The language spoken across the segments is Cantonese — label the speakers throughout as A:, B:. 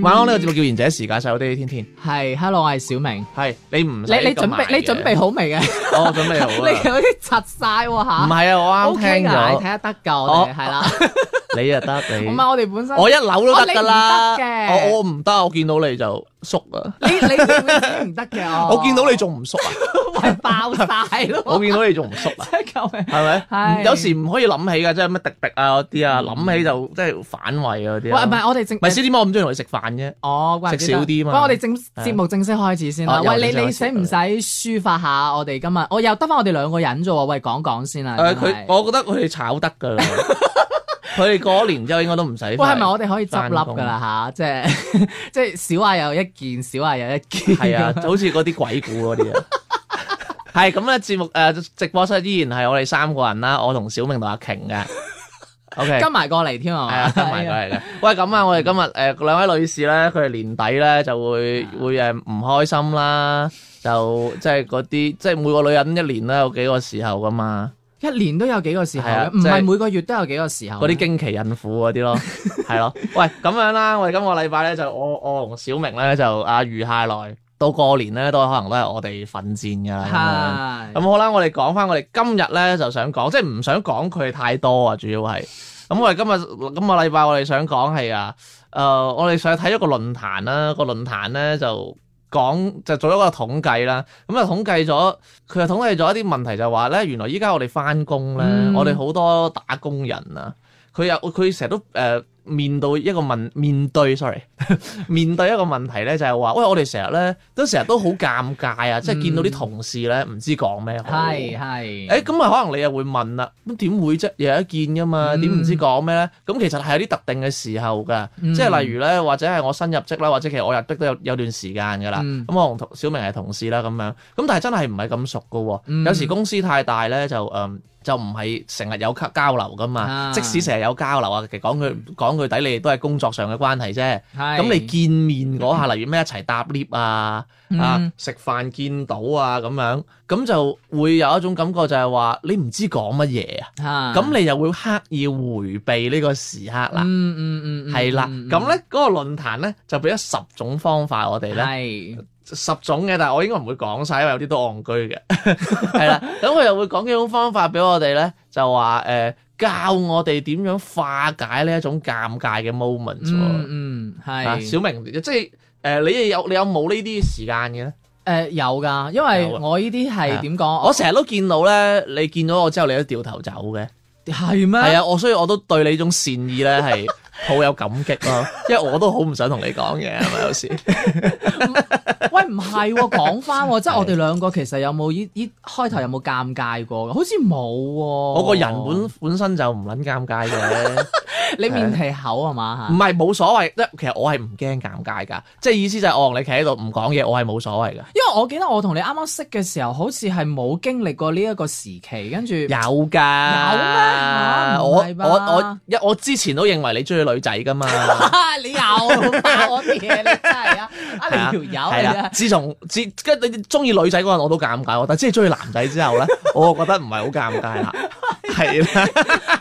A: 晚安呢個節目叫賢者時間，細佬爹天天
B: 係，Hello，我係小明。
A: 係你唔使
B: 你你
A: 咁
B: 準
A: 埋
B: 備你準備
A: 嘅，
B: 好未嘅？ 你
A: 我準備好啦。
B: 有啲窒晒喎
A: 唔
B: 嚇。
A: 係啊，我啱
B: O
A: 聽
B: K 㗎，你睇
A: 咗，
B: 下得㗎，我哋
A: 哦
B: 係啦。
A: 你又得你
B: 唔，係我哋本身，
A: 我一扭都得㗎啦。
B: 哦你唔得嘅
A: 我我唔得，我見到你就縮啊！
B: 你你你會知唔得嘅。
A: 我見到你仲唔縮 啊！
B: 喂爆晒
A: 我
B: 哦咯，
A: 見到你仲唔縮 啊！
B: 真係救命！
A: 係咪？
B: 係嗯
A: 有時唔可以諗起㗎，即係咩滴滴啊嗰啲啊，諗起就即係反胃啊嗰
B: 喂，
A: 啲
B: 唔
A: 啊。
B: 係我哋正
A: 咪先點解我唔中意同你食飯啫？
B: 哦，怪唔
A: 食
B: 之
A: 少
B: 得
A: 啲嘛
B: 喂，我哋正
A: 啊
B: 節目正式開始先啦。
A: 啊又
B: 喂，你
A: 正式
B: 你使
A: 開始
B: 唔使抒發下我哋今日？哦我又得翻我哋兩個人啫喎。喂，講講先啦。
A: 誒，
B: 真
A: 呃佢
B: 係
A: 我覺得佢哋炒得 㗎啦。佢哋過咗年之後應該都唔使。喂，
B: 喂，係咪我哋可以執
A: 翻
B: 笠
A: 工
B: 㗎啦吓，即係即係少下有一件，少下有一件。
A: 係啊，就好似嗰啲鬼故嗰啲 啊。係咁咧，節目誒、呃直播室依然係我哋三個人啦，我同小明同阿瓊嘅。O K，
B: 跟埋過嚟添係
A: 係
B: 嘛
A: 啊，？跟埋佢嚟嘅。喂，咁啊，我哋今日誒兩位女士咧，佢哋年底咧就會
B: 啊
A: 會誒唔開心啦，就即係嗰啲即係每個女人一年咧有幾個時候噶嘛，
B: 一年都有幾個時候
A: 係
B: 嘅，
A: 啊
B: 唔
A: 即
B: 係
A: 係
B: 每個月都有幾個時候
A: 嗰
B: 嘅。
A: 啲經期孕婦嗰啲咯， 係咯。喂，咁樣啦，我哋今個禮拜咧就我我同小明咧就啊餘下來到過年咧都可能都係我哋奮戰噶啦咁樣。咁
B: 係
A: 好啦，我哋講翻我哋今日咧就想講，即係唔想講佢太多啊，主要係。咁我哋今日今個禮拜我哋想講係啊，誒、我哋想睇咗個論壇啦，個論壇咧就講就做咗個統計啦。咁啊統計咗，佢就統計咗一啲問題就話咧，原來依家我哋翻工咧，
B: 嗯
A: 我哋好多打工人啊，佢有佢成日都誒、呃面對一個問面對，sorry，面對一個問題咧，就係話，喂，我哋成日咧都成日都好尷尬啊，即係見到啲同事咧唔知講咩好。
B: 係係。
A: 誒咁啊，可能你又會問啦，咁點會啫？日日一見噶嘛，
B: 嗯
A: 點唔知講咩咧？咁其實係有啲特定嘅時候㗎，
B: 嗯
A: 即係例如咧，或者係我新入職啦，或者其實我入職都有有段時間㗎啦。咁、
B: 嗯
A: 我同小明係同事啦，咁樣咁，但係真係唔係咁熟㗎喎。
B: 嗯
A: 有時公司太大咧，就誒、嗯就唔係成日有交交流㗎嘛。
B: 啊
A: 即使成日有交流啊，其實講句講句底，你哋都係工作上嘅關係啫。
B: 係
A: 咁你見面嗰下，例如咩一齊搭 lift 啊？啊
B: 嗯，
A: 食飯見到啊咁樣，咁就會有一種感覺就係話你唔知講乜嘢啊，
B: 啊
A: 咁你又會刻意迴避呢個時刻啦，
B: 嗯嗯嗯嗯，
A: 係啦，
B: 嗯
A: 咁咧嗰個論壇咧就俾咗十種方法我哋咧，
B: 係
A: 十種嘅，但係我應該唔會講晒，因為有啲都戇 居嘅，係啦，咁佢又會講幾種方法俾我哋咧，就話誒、呃教我哋點樣化解呢一種尷尬嘅 moment 喎
B: 嗯嗯
A: 啊，
B: 係
A: 小明即係誒、呃你有你有冇呢啲時間嘅咧？
B: 誒有㗎，因為
A: 有啊
B: 我呢啲
A: 係
B: 係
A: 啊
B: 點講？
A: 我成日都見到咧，你見咗我之後，你都掉頭走嘅。
B: 係咩？
A: 係啊，我所以我都對你呢種善意咧係 抱有感激咯，因為我都好唔想同你講嘢，係咪有 時？
B: 喂，唔 係喎，講翻喎，即係
A: 係
B: 我哋兩個其實有冇依依開頭有冇尷尬過㗎？好似冇喎。
A: 我
B: 我
A: 個人本本身就唔撚尷尬 嘅，
B: 你面皮厚係嘛
A: 唔
B: 嚇？
A: 係冇所謂。即係其實我係唔驚尷尬㗎，即係意思就係我哦同你企喺度唔講嘢，我係冇所謂㗎。
B: 因為我記得我同你啱啱識嘅時候，好似係冇經歷過呢一個時期，跟住
A: 有㗎，有
B: 嚇唔
A: 我
B: 係吧
A: 我我一我之前都認為你中意女仔㗎嘛。
B: 你又爆我啲嘢，你真係啊！
A: 係啊
B: 啊你條友
A: 係
B: 嚟
A: 啦
B: 啊，！
A: 自從自跟你中意女仔嗰陣我都尷尬，但係即係中意男仔之 後咧，我覺得唔係好尷尬啦，係啦，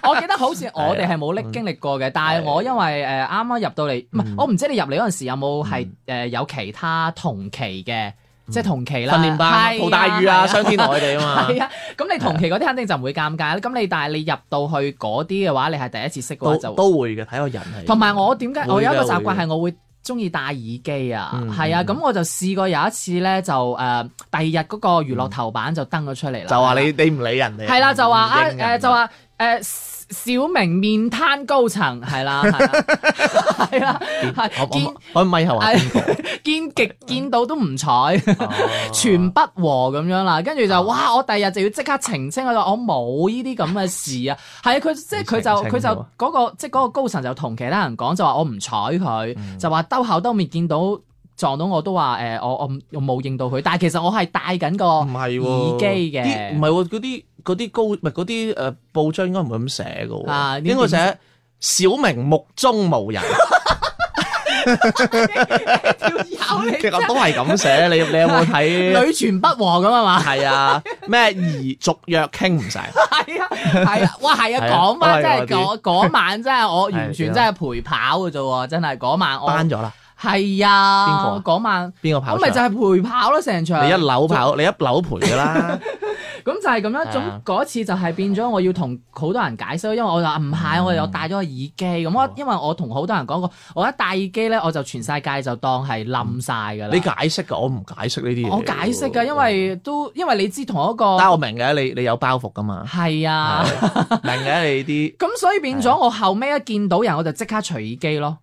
B: 我記得好似我哋係冇歷經歷過嘅，但係我因為誒啱啱入到嚟，唔係
A: 嗯
B: 我唔知你入嚟嗰陣時有冇係誒有其他同期嘅，即係同期啦，
A: 訓練嗯班、
B: 係
A: 陶大宇啊、
B: 係
A: 雙天我哋啊嘛
B: 係，啊，咁你同期嗰啲肯定就唔會尷尬啦。咁你但係你入到去嗰啲嘅話，你係第一次識嘅話
A: 都
B: 就，
A: 都會嘅，睇個人係。
B: 同埋我點解
A: 會嘅
B: 我有一個習慣
A: 會嘅
B: 係我會中意戴耳機啊，
A: 嗯
B: 係啊，
A: 嗯
B: 咁我就試過有一次咧就誒、呃第二日嗰個娛樂頭版就登咗出嚟啦，
A: 就話你你唔理人哋，
B: 係啦，就話啊
A: 唔應人
B: 誒就話誒小明面攤高層係啦，係啦 係啦，係
A: 我
B: 見
A: 我我 咪後話邊個？
B: 見極見到都唔睬。
A: 哦 啊
B: 全不和咁樣啦，跟住就哇！我第日就要即刻澄清佢話我冇呢啲咁嘅事 啊，係啊，佢即係佢就
A: 你澄清
B: 佢就
A: 咗啊
B: 嗰、個即係嗰個高層就同其他人講就話我唔睬佢，
A: 嗯
B: 就話兜口兜面見到撞到我都話誒、我我唔我冇認到佢，但係其實我係戴緊個
A: 唔係
B: 耳
A: 喎，
B: 機嘅
A: 啲 唔係喎，嗰啲嗰啲高唔係嗰啲誒報章應該唔會咁寫嘅喎，
B: 啊呢
A: 應該寫小明目中無人，其實
B: 條友嚟
A: 都 係咁寫。你你有 冇睇？
B: 女全不和咁啊嘛，
A: 係啊，咩兒續約傾唔晒，
B: 係啊係啊，哇係啊
A: 係啊
B: 講翻真係
A: 都係嗰
B: 嗰嗰晚真係我完
A: 係
B: 全
A: 啊
B: 真係陪跑嘅啫喎，真係嗰晚我
A: 班咗啦，
B: 係啊
A: 邊個啊
B: 嗰晚。
A: 邊個跑
B: 哦咁
A: 出
B: 咪
A: 嚟？
B: 就係陪啊跑咯，成場。
A: 你一樓跑，你一樓陪㗎 啦，
B: 咁就係咁
A: 係
B: 樣，
A: 啊
B: 總嗰次就係變咗我要同好多人解釋，因為我就話啊唔
A: 嗯
B: 係，我有戴咗個耳機。咁我
A: 哦
B: 因為我同好多人講過，我一戴耳機咧，我就全世界就當係冧晒㗎啦。
A: 你解釋㗎，我唔解釋呢啲嘢。
B: 我解釋㗎，因為都因為你知同一個
A: 但我明嘅，你你有包袱㗎 嘛，
B: 係啊。
A: 係明嘅你啲。
B: 咁所以變咗，
A: 啊
B: 我後尾一見到人我就即刻除耳機咯，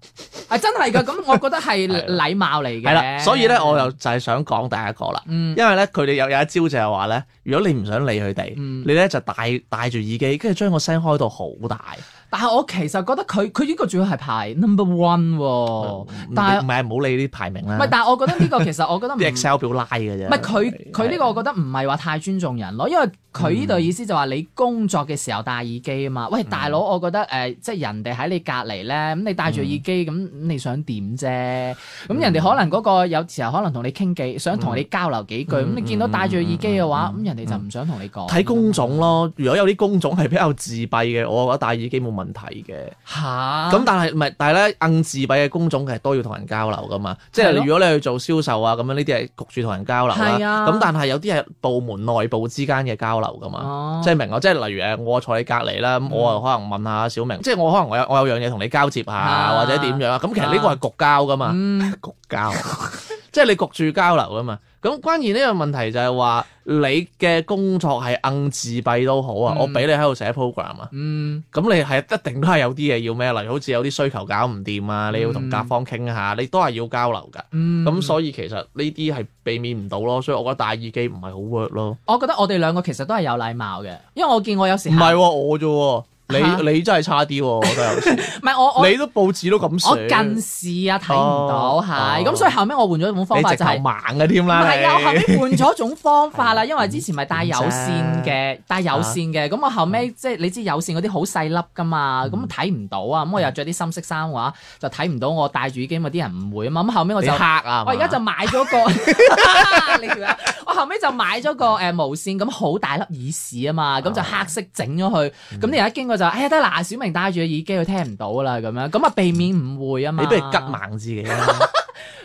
B: 係真係㗎。咁 我覺得係
A: 係
B: 禮貌嚟嘅。
A: 係啦，所以咧，我又就係想講第一個啦，
B: 嗯
A: 因為咧佢哋有有一招就係話咧，如果你唔想理佢哋，
B: 嗯
A: 你咧就戴戴住耳機，跟住將個聲開到好大，
B: 但係我其實覺得佢佢呢個主要係排 number one
A: 嗯
B: 喎，哦但係
A: 唔係唔好理啲排名
B: 唔
A: 啦，
B: 係，但係我覺得呢個其實我覺得 唔
A: 啲 Excel 表拉嘅啫。
B: 唔係佢佢呢個，我覺得唔係話太尊重人咯，因為佢呢度意思就話你工作嘅時候戴耳機啊
A: 嗯
B: 嘛。喂，大佬，我覺得誒、呃即係人哋喺你隔離咧，咁你戴住耳機，咁、
A: 嗯
B: 你想點啫？咁人哋可能嗰個有時候可能同你傾偈，想同你交流幾句，咁、
A: 嗯
B: 你見到戴住耳機嘅話，咁、人哋就唔想同你講。
A: 哦睇工種咯，如果有啲工種係比較自閉嘅，我覺得戴耳機冇問題嘅。
B: 嚇，
A: 咁但係唔係，但係咧硬自閉嘅工種其實都要同人交流噶嘛。即係
B: 係咯
A: 如果你去做銷售啊咁樣，呢啲係焗住同人交流啦。
B: 係啊
A: 咁但係有啲係部門內部之間嘅交流噶嘛。
B: 哦嗯
A: 即係明我，即係例如誒，我坐你隔離啦，咁我啊可能問下小明，即係我可能我有我有樣嘢同你交接下，
B: 啊
A: 或者點樣啊？咁其實呢個係焗交噶嘛，
B: 嗯
A: 焗交， 即係你焗住交流噶嘛。咁關鍵呢個問題就係話，你嘅工作係硬自閉都好啊，
B: 嗯
A: 我俾你喺度寫 program 啊，
B: 嗯
A: 咁你係一定都係有啲嘢要咩？例如好似有啲需求搞唔掂啊，你要同甲方傾下，你都係要交流噶。
B: 嗯，
A: 咁所以其實呢啲係避免唔到咯，所以我覺得戴耳機唔係好 work 咯。
B: 我覺得我哋兩個其實都係有禮貌嘅，因為我見我有時
A: 唔
B: 行
A: 係喎，我啫喎。
B: 嚇
A: 你你真係差啲喎，我覺得有時
B: 唔係 我我
A: 你都報紙都咁寫，
B: 我近視啊，睇唔到，
A: 哦
B: 係
A: 哦
B: 咁，所以後尾我換咗一種方
A: 你
B: 法
A: 直
B: 就
A: 頭
B: 係。
A: 盲嘅添
B: 唔
A: 啦，
B: 係啊，我後
A: 你
B: 尾換咗一種方法啦，
A: 係啊
B: 因為之前咪戴有線嘅，戴有線嘅，咁我後尾
A: 嗯
B: 即係你知有線嗰啲好細粒噶嘛，咁睇唔到啊，咁我又
A: 嗯
B: 着啲深色衫嘅話，就睇唔到我戴住耳機，咪啲人唔會啊嘛，咁後尾我
A: 你
B: 就
A: 黑啊！
B: 我而家就
A: 係嘛
B: 買咗 個，你條友啊我後尾就買咗個誒無線咁好大粒耳屎啊嘛，咁就
A: 哦
B: 黑色整咗佢，
A: 嗯
B: 咁你有一經過就，哎呀得啦，小明戴住個耳機佢聽唔到啦咁樣，咁啊避免誤會啊嘛。
A: 你不如吉，盲自己啊啦，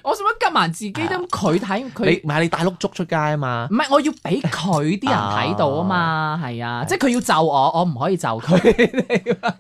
B: 我使乜吉盲自己啫？咁佢睇
A: 你
B: 佢。
A: 唔係你戴碌竹出街啊嘛
B: 唔，係，我要俾佢啲人睇 到啊嘛，係啊，即係佢要就我，我唔可以就佢，
A: 咁啊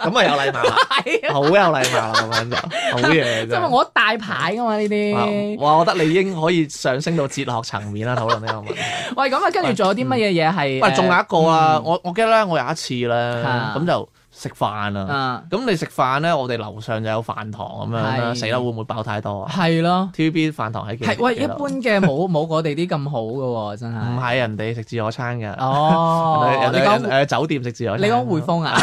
A: 有禮 貌啦，
B: 係啊，
A: 好有禮貌啦咁樣就好 嘢
B: 因為
A: 真係。啊
B: 我大牌啊噶嘛呢啲。
A: 哇！我覺得你已經可以上升到哲學層面啦，討 論呢個問題。
B: 喂，咁啊，跟住仲有啲乜嘢嘢係？
A: 喂，仲有一個啊，
B: 嗯
A: 我我記得咧，我有一次咧，
B: 啊
A: 咁就食飯啊，
B: 啊，
A: 咁你食飯咧，我哋樓上就有飯堂咁樣啦，
B: 係
A: 死啦會唔會爆太多啊？
B: 係咯。
A: TVB 飯堂喺幾？
B: 係喂，
A: 幾
B: 一
A: 樓
B: 般嘅冇 冇我哋啲咁好嘅喎，真
A: 唔
B: 係。
A: 係人哋食自助餐㗎。
B: 哦，
A: 人
B: 你
A: 哋人哋
B: 講
A: 人哋誒酒店食自助餐。
B: 你講匯豐啊？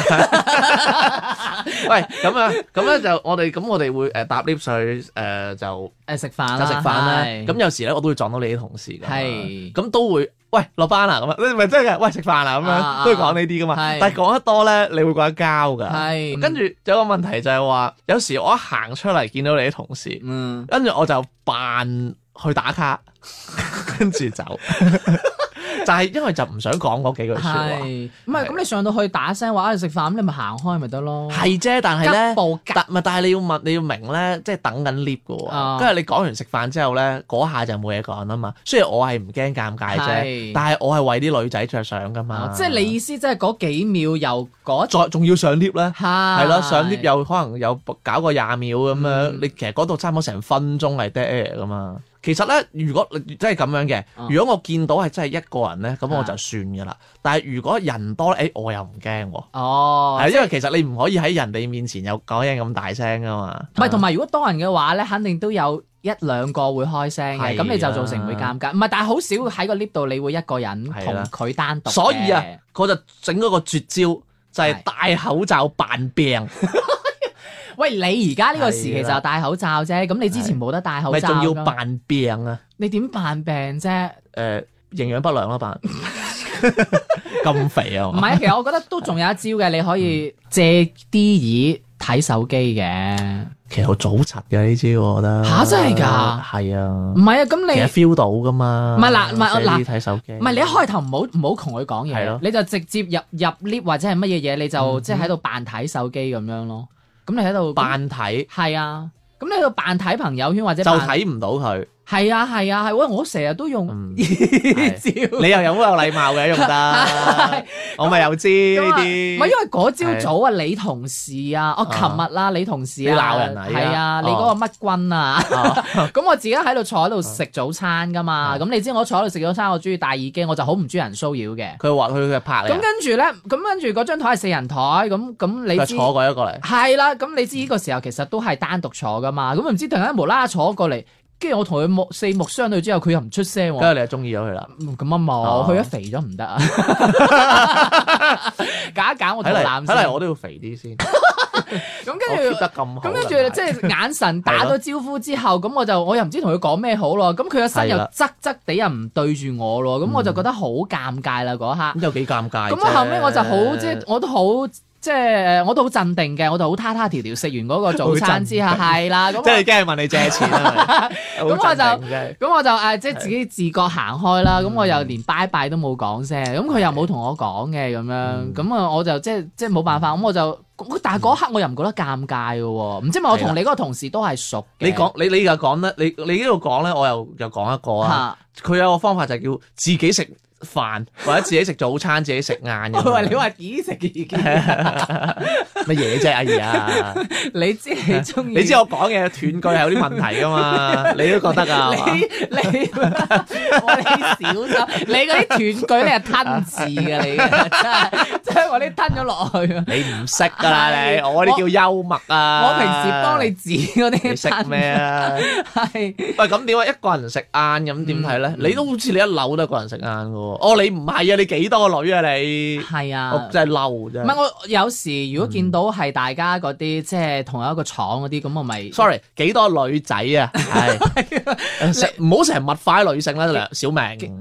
A: 喂，咁啊，咁咧就我哋咁我哋會誒搭 lift 去誒就
B: 誒食飯
A: 就
B: 啦，
A: 食飯啦。
B: 啊係
A: 咁有時咧我都會撞到你啲同事㗎。
B: 係
A: 咁都會喂落班啦咁啊，你咪真係喂食飯啦
B: 啊
A: 咁樣
B: 啊
A: 都會講呢啲㗎嘛。
B: 係嗯
A: 但係講得多咧，你會覺得交㗎。
B: 係
A: 啊跟住有個問題就係話，有時我一行出嚟見到你啲同事，
B: 嗯
A: 跟住我就扮去打卡， 跟住 走，就係因為就唔想講嗰幾句説話，
B: 係，唔係
A: 嗯係
B: 咁你上到去打聲話啊食飯，咁你咪行開咪得咯。
A: 係啫。但係
B: 急
A: 咧，
B: 步急
A: 但咪但係你要問，你要明咧，即係等緊 lift 嘅喎。
B: 啊
A: 跟住你講完食飯之後咧，嗰下就冇嘢講啦嘛。雖然我係唔驚尷尬啫
B: 係，
A: 但係我係為啲女仔着想噶嘛
B: 啊。即係你意思即係嗰幾秒又嗰
A: 再仲要上 lift 咧。
B: 下
A: 係咯，上 lift 又可能有搞個廿秒咁樣，
B: 啊嗯
A: 你其實嗰度差唔多成分鐘係 dead air 噶嘛，其實咧，如果真係咁樣嘅
B: 啊，
A: 如果我見到係真係一個人咧，咁我
B: 啊
A: 就算噶啦。但係如果人多咧，誒哎我又唔驚喎。
B: 哦，
A: 係因為其實你唔可以喺人哋面前又講嘢咁大聲噶嘛。
B: 唔係，同埋如果多人嘅話咧，肯定都有一兩個會開聲嘅，
A: 係
B: 咁你就
A: 啦
B: 造成會尷尬。唔係，但係好少喺個 lift 度你會一個人
A: 係
B: 同
A: 啦
B: 佢單獨嘅。
A: 所以啊，我就整嗰個絕招，就係
B: 係
A: 戴口罩扮病，
B: 喂，你而家呢個時期
A: 係啦
B: 就戴口罩啫，咁你之前冇得戴口
A: 咪
B: 罩㗎
A: 仲
B: 嘛，
A: 要扮病啊？
B: 你點扮病啫？
A: 誒營養不良啦， 扮咁肥啊！
B: 唔係，其實我覺得都仲有一招嘅，你可以借啲耳睇手機嘅。
A: 其實好早柒嘅呢招，我覺得
B: 吓真係㗎
A: 係啊
B: 唔，係啊，咁
A: 其實
B: 你
A: feel 到噶嘛。
B: 唔係嗱唔係
A: 寫啲
B: 嗱
A: 睇手機，
B: 唔係你一開頭唔好唔好同佢講
A: 係咯嗯
B: 嘢，你就直接入入 lift 或者係乜嘢嘢，你就即係喺度扮睇手機咁樣咯。咁你喺度
A: 扮睇
B: 係啊，咁你喺度扮睇朋友圈或者
A: 就
B: 扮
A: 睇唔到佢，
B: 係啊係啊係，喂我成日都用
A: 嗯
B: 呢招。
A: 你又有好有禮貌嘅用 得，我咪又知呢
B: 咁啊唔
A: 啲。
B: 係因為嗰朝早啊，你同事啊，我琴日啦，你同事啊，
A: 你鬧人啊而家
B: 係啊，你嗰個乜君啊， 咁我自己喺度坐喺度食早餐噶嘛，
A: 哦
B: 咁你知我坐喺度食早餐，我中意戴耳機，我就好唔中意人騷擾嘅。
A: 佢話佢佢拍你
B: 咁跟
A: 啊，
B: 住咧，咁跟住嗰張台係四人台，咁咁你
A: 佢
B: 知
A: 坐過一個嚟。
B: 係啦，咁你知呢個時候其實都係單獨坐噶嘛，咁唔知突然間無啦啦坐過嚟，跟住我同佢目四目相對之後，佢又唔出聲喎。
A: 跟住你就中意咗佢啦。
B: 嗯咁啊冇，
A: 哦
B: 佢一肥咗唔 得啊！搞一搞我肚
A: 睇嚟
B: 腩
A: 睇嚟
B: 先，
A: 我都要肥啲 先，
B: 咁
A: 我 keep 得
B: 跟
A: 咁好。啊
B: 住咁跟住即
A: 係
B: 係眼神打咗招呼之後，咁我就我又唔知同佢講咩好咯。咁佢個身又
A: 係啦嗯
B: 側側地又唔對住我咯，咁我就覺得好尷尬啦嗰刻
A: 咁。有幾尷尬啫。
B: 咁我後尾我就好即係我都好。即係我都好鎮定嘅，我就好他他條條食完嗰個早餐之後，
A: 好鎮定
B: 係啦，咁
A: 即係
B: 我
A: 你驚問你借 錢啊？咁
B: 我就
A: 就
B: 咁我就誒即係自己自覺行開啦，咁我
A: 嗯
B: 又連拜拜都冇講聲，咁佢又冇同我講嘅咁樣，
A: 嗯
B: 咁啊我就即係即係冇辦法，咁我就咁但係嗰一刻我又唔覺得尷尬嘅喎，唔知咪我同你嗰個同事都係熟嘅，
A: 你講你你又講咧，你你呢度講咧，我又又講一個啊。
B: 嚇，
A: 佢有個方法就叫自己食 飯或者自己食早餐，自己食晏
B: 我
A: 咁
B: 話你
A: 樣。
B: 話幾食嘅意 見，
A: 乜嘢啫？哎 呀，
B: 你知你中意，
A: 你知我講嘢斷句係有啲問題噶 嘛？你 都覺得啊？
B: 你你我哋小心，你嗰啲斷句你係吞字嘅，你真係真係我啲吞咗落去啊！
A: 你唔識㗎啦，你
B: 係
A: 我呢叫幽默啊！
B: 我平時幫你指嗰
A: 你識
B: 啲吞
A: 咩啊？
B: 係
A: 喂，咁點啊？一個人食晏咁點睇咧？你都好似你一樓都一個人食晏嘅喎。哦，你唔係啊？你幾多個女啊？你
B: 係啊
A: 我。真係嬲
B: 唔係
A: 啫。
B: 我有時如果見到係大家嗰啲即係同一個廠嗰啲，咁我咪
A: Sorry，幾多女仔啊？係食唔好成日物化女性啦，梁小明。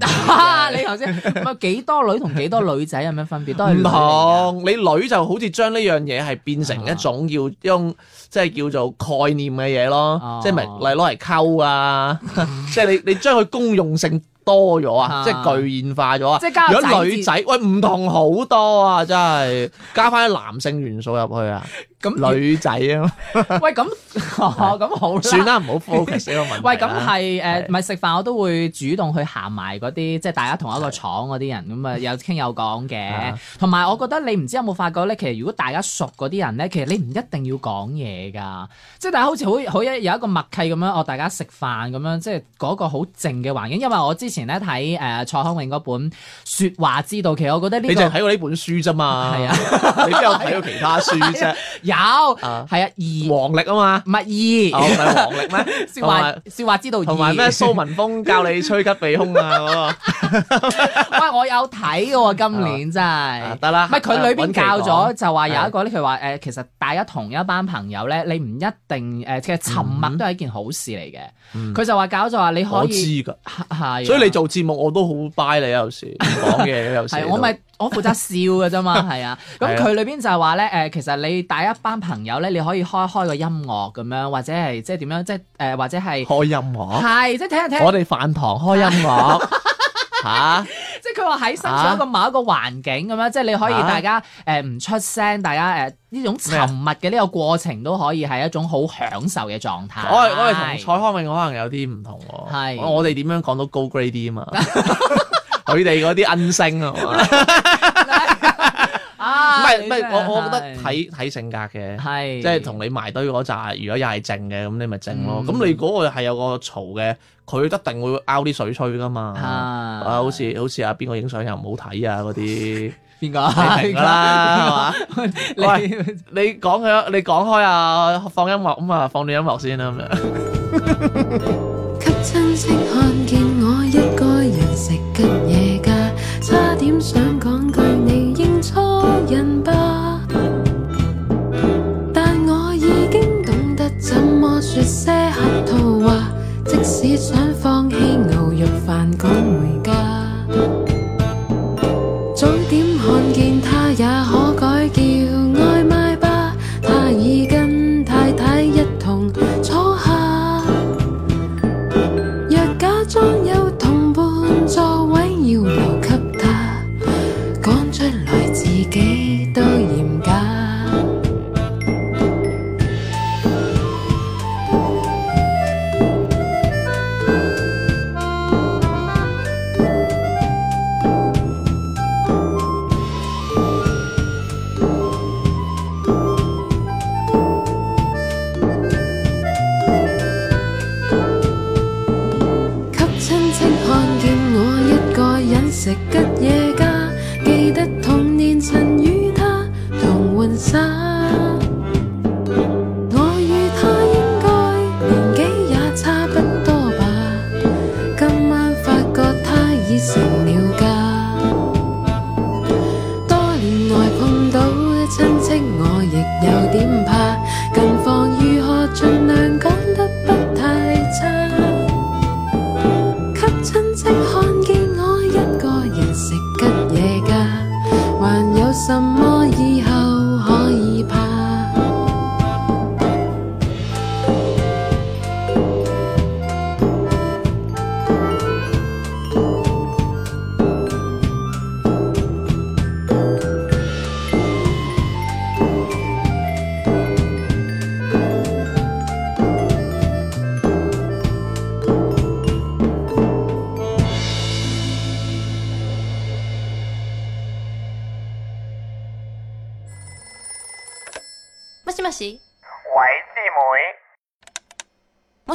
B: 你頭先唔係幾多女同幾多女仔有咩分別？都係
A: 唔
B: 女嚟啊㗎
A: 同，你女就好似將呢樣嘢係變成一種要一種即係叫做概念嘅嘢咯
B: 哦，
A: 即係明嚟攞嚟溝啊， 即係你你將佢公用性多咗啊
B: 啊，
A: 即係具現化咗啊。
B: 即係加個
A: 如
B: 仔
A: 果女仔喂唔同好多啊，真係加翻啲男性元素入去 啊，
B: 咁
A: 女仔 啊，
B: 喂咁哦咁好啦。
A: 算啦，唔好 focus 呢個問題啦。啊
B: 喂，咁係誒，
A: 係
B: 咪食飯我都會主動去行埋嗰啲，即係大家同一個廠嗰啲人咁啊，有傾有講嘅
A: 嗯啊。
B: 同埋我覺得你唔知有冇發覺咧，其實如果大家熟嗰啲人咧，其實你唔一定要講嘢㗎，即係大家好似好好有有一個默契咁樣，哦，大家食飯咁樣，即係嗰個好靜嘅環境。因為我之前咧睇誒蔡康永嗰本《説話之道》，其實我覺得呢
A: 你淨係
B: 個
A: 睇過呢本書啫嘛，
B: 係啊，
A: 你邊有睇過其他書啫？
B: 有 係
A: 啊
B: 啊二
A: 王力啊嘛，
B: 唔係
A: 哦
B: 二
A: 唔係王力咩？
B: 説話説話之道二
A: 同埋 咩蘇文峰教你吹吉避胸啊嗰個
B: 喂，我有睇嘅喎，今年真
A: 啊，
B: 係。
A: 得啦，
B: 唔係佢裏邊教咗就話有一
A: 係
B: 個咧，佢話誒其實大家同一班朋友咧，你唔一定誒其實沉默都係一件好事嚟嘅。
A: 嗯
B: 佢就話教就話你可
A: 我知
B: 以
A: 㗎，
B: 係，啊
A: 所以你做節目我都好 buy 你啊有時唔講嘢有時
B: 係我咪我負責笑嘅 啫嘛，係啊。咁
A: 係啊
B: 佢裏邊就係話咧誒，其實你大家班朋友咧，你可以開開個音樂咁樣，或者係即係點樣，即係誒或者係
A: 開音樂，
B: 係即係聽一聽。
A: 我哋飯堂 開音樂吓，
B: 即係佢話喺身處一個某一個環境咁樣，即係你可以
A: 啊
B: 大家誒唔出聲，大家誒呢種沉默嘅呢個過程都可以係一種好享受嘅狀態。
A: 我我哋同蔡康永可能有啲唔同喎，
B: 係
A: 我哋點樣講到高 grade 啲啊嘛， 佢哋嗰啲恩星啊嘛，唔
B: 啊，
A: 係係唔係我我覺得
B: 係
A: 睇睇性格嘅。
B: 係
A: 即係同你埋堆嗰扎，如果又係靜嘅，咁你咪靜咯。
B: 嗯
A: 咁、你嗰個係有個嘈嘅，佢一定會拗啲水吹噶嘛。啊，
B: 啊
A: 好似好似啊，邊個影相又唔好睇啊嗰 啲，
B: 邊個啊？
A: 你明㗎啦，係嘛？
B: 你
A: 你講佢，你講開啊，放音樂咁啊，放段音樂先啦咁樣。
C: 給親戚看見我一個人食吉野家，差點想講句你認錯人吧，但我已經懂得怎麼說些客套話，即使想放棄牛肉飯趕回家，早點看見他也可改叫外賣吧，他已跟太太一同坐下。若假裝有同伴座位要留給他，講出來自己都嫌假。給親戚看見我一個人食吉野家，記得童年曾與他同玩耍。我與他應該年紀也差不多吧，今晚發覺他已成了家。多年來碰到親戚，我亦有點怕，近況如何盡量講得不太差。給親戚看見我一個人食吉野家，還有什麼以後可以怕？
D: もしもし
E: 喂，師妹，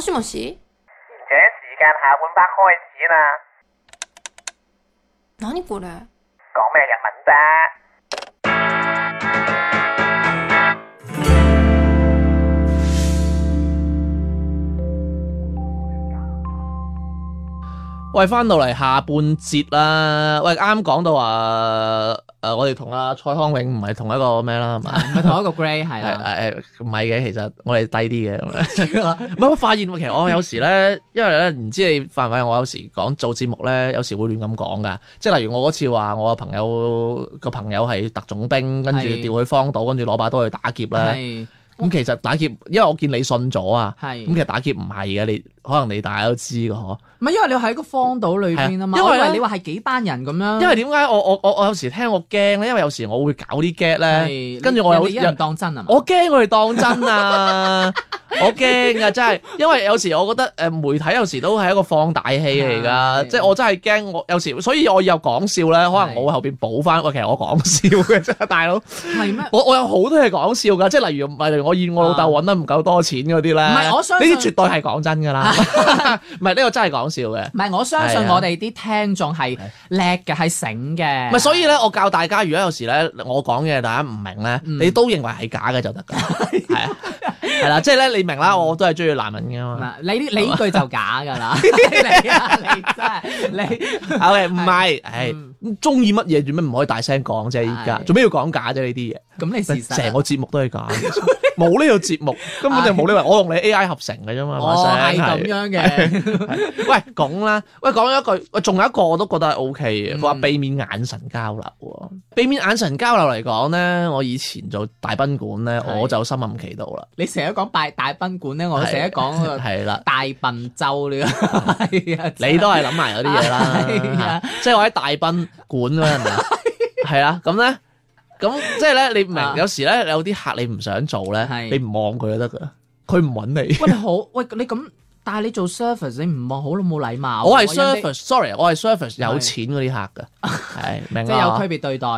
D: もしもし
E: 賢者時間下半 part 開始啦，
D: 何これ
E: 講咩日文啫？
A: 喂，翻到嚟下半節啦。喂，啱講到話誒、呃我哋同阿蔡康永唔係同一個咩啦，係嘛？
B: 唔係同一個 grey 啊係啊
A: 係
B: 啦，
A: 誒誒唔係嘅，其實我哋低啲嘅咁樣。唔係，我發現喎其實我有時咧，因為咧唔知你發唔發現，我有時講做節目咧，有時會亂咁講噶。即係例如我嗰次話我個朋友個朋友係特種兵，跟住
B: 係
A: 調去荒島，跟住攞把刀去打劫咧。
B: 係
A: 咁其實打劫，因為我見你信咗啊。咁其
B: 係。
A: 實打劫唔係嘅，你可能你大家都知嘅嗬。
B: 唔係因為你喺個荒島裏邊啊嘛，
A: 係
B: 因
A: 因為
B: 為
A: 呢
B: 你話係幾班人咁樣，
A: 因為點解我我我我有時聽我驚咧，因為有時我會搞啲 get 咧，
B: 係
A: 跟住我有
B: 人哋一人當真啊嘛，
A: 我驚佢哋當真啊！ 我驚啊，真係，因為有時我覺得誒呃媒體有時都係一個放大器嚟㗎，
B: 係
A: 即係我真係驚我有時，所以我有講笑咧，可能我會後邊補翻。喂，其實我講笑嘅啫， 大佬，
B: 係咩？
A: 我我有好多嘢講笑㗎，即係例如例如我怨我老豆揾得唔夠多錢嗰啲咧，
B: 啊唔係我相信
A: 呢啲絕對係講真㗎 啦，唔係呢個真係講笑嘅。
B: 唔係，我相信
A: 係啊
B: 我哋啲聽眾係叻嘅，係醒嘅。
A: 唔係，所以咧，我教大家，如果有時咧，我講嘅大家唔明咧，
B: 嗯
A: 你都認為係假嘅就得 㗎，係啊，係啦，即係咧，你明
B: 嗯
A: 啦，我都係中意男人㗎嘛。
B: 嗱，你呢你呢句就假 㗎啦，你啊，你嗯真係你。
A: OK，唔啊係，唉，中意乜嘢做咩唔可以大聲講啫？依家
B: 係
A: 做咩要講假啫？呢啲
B: 咁你事
A: 嘢，
B: 實啊
A: 成個節目都係假嘅，冇呢個節目根本就冇呢個。我用你 AI 合成嘅啫嘛，
B: 哦
A: 把
B: 係
A: 聲
B: 咁。樣 嘅，
A: 係喂，講啦，喂，講咗一句，喂，仲有一個我都覺得係 OK 嘅，佢
B: 嗯
A: 話避免眼神交流喎。避免眼神交流嚟講咧，我以前做大賓館咧，
B: 係
A: 我就深諳其道啦。
B: 你成日講大大賓館咧，我
A: 係
B: 成日 講個
A: 係啦。
B: 大笨 洲呢個，係啊，真係
A: 你都係諗埋嗰啲嘢
B: 係
A: 啦
B: 啊，
A: 即係我喺大賓館嗰陣啊，係啊，咁咧，咁即係咧，你明
B: 啊
A: 有時咧有啲客你唔想做咧，
B: 係
A: 你唔望佢就得噶，佢唔揾你，
B: 喂你好，喂你咁但係你做 service 你唔望好都冇禮貌喎。
A: 我係
B: 人哋
A: service，sorry，我係 service 有錢嗰啲客 㗎，係明
B: 即係有
A: 啊？
B: 區別對待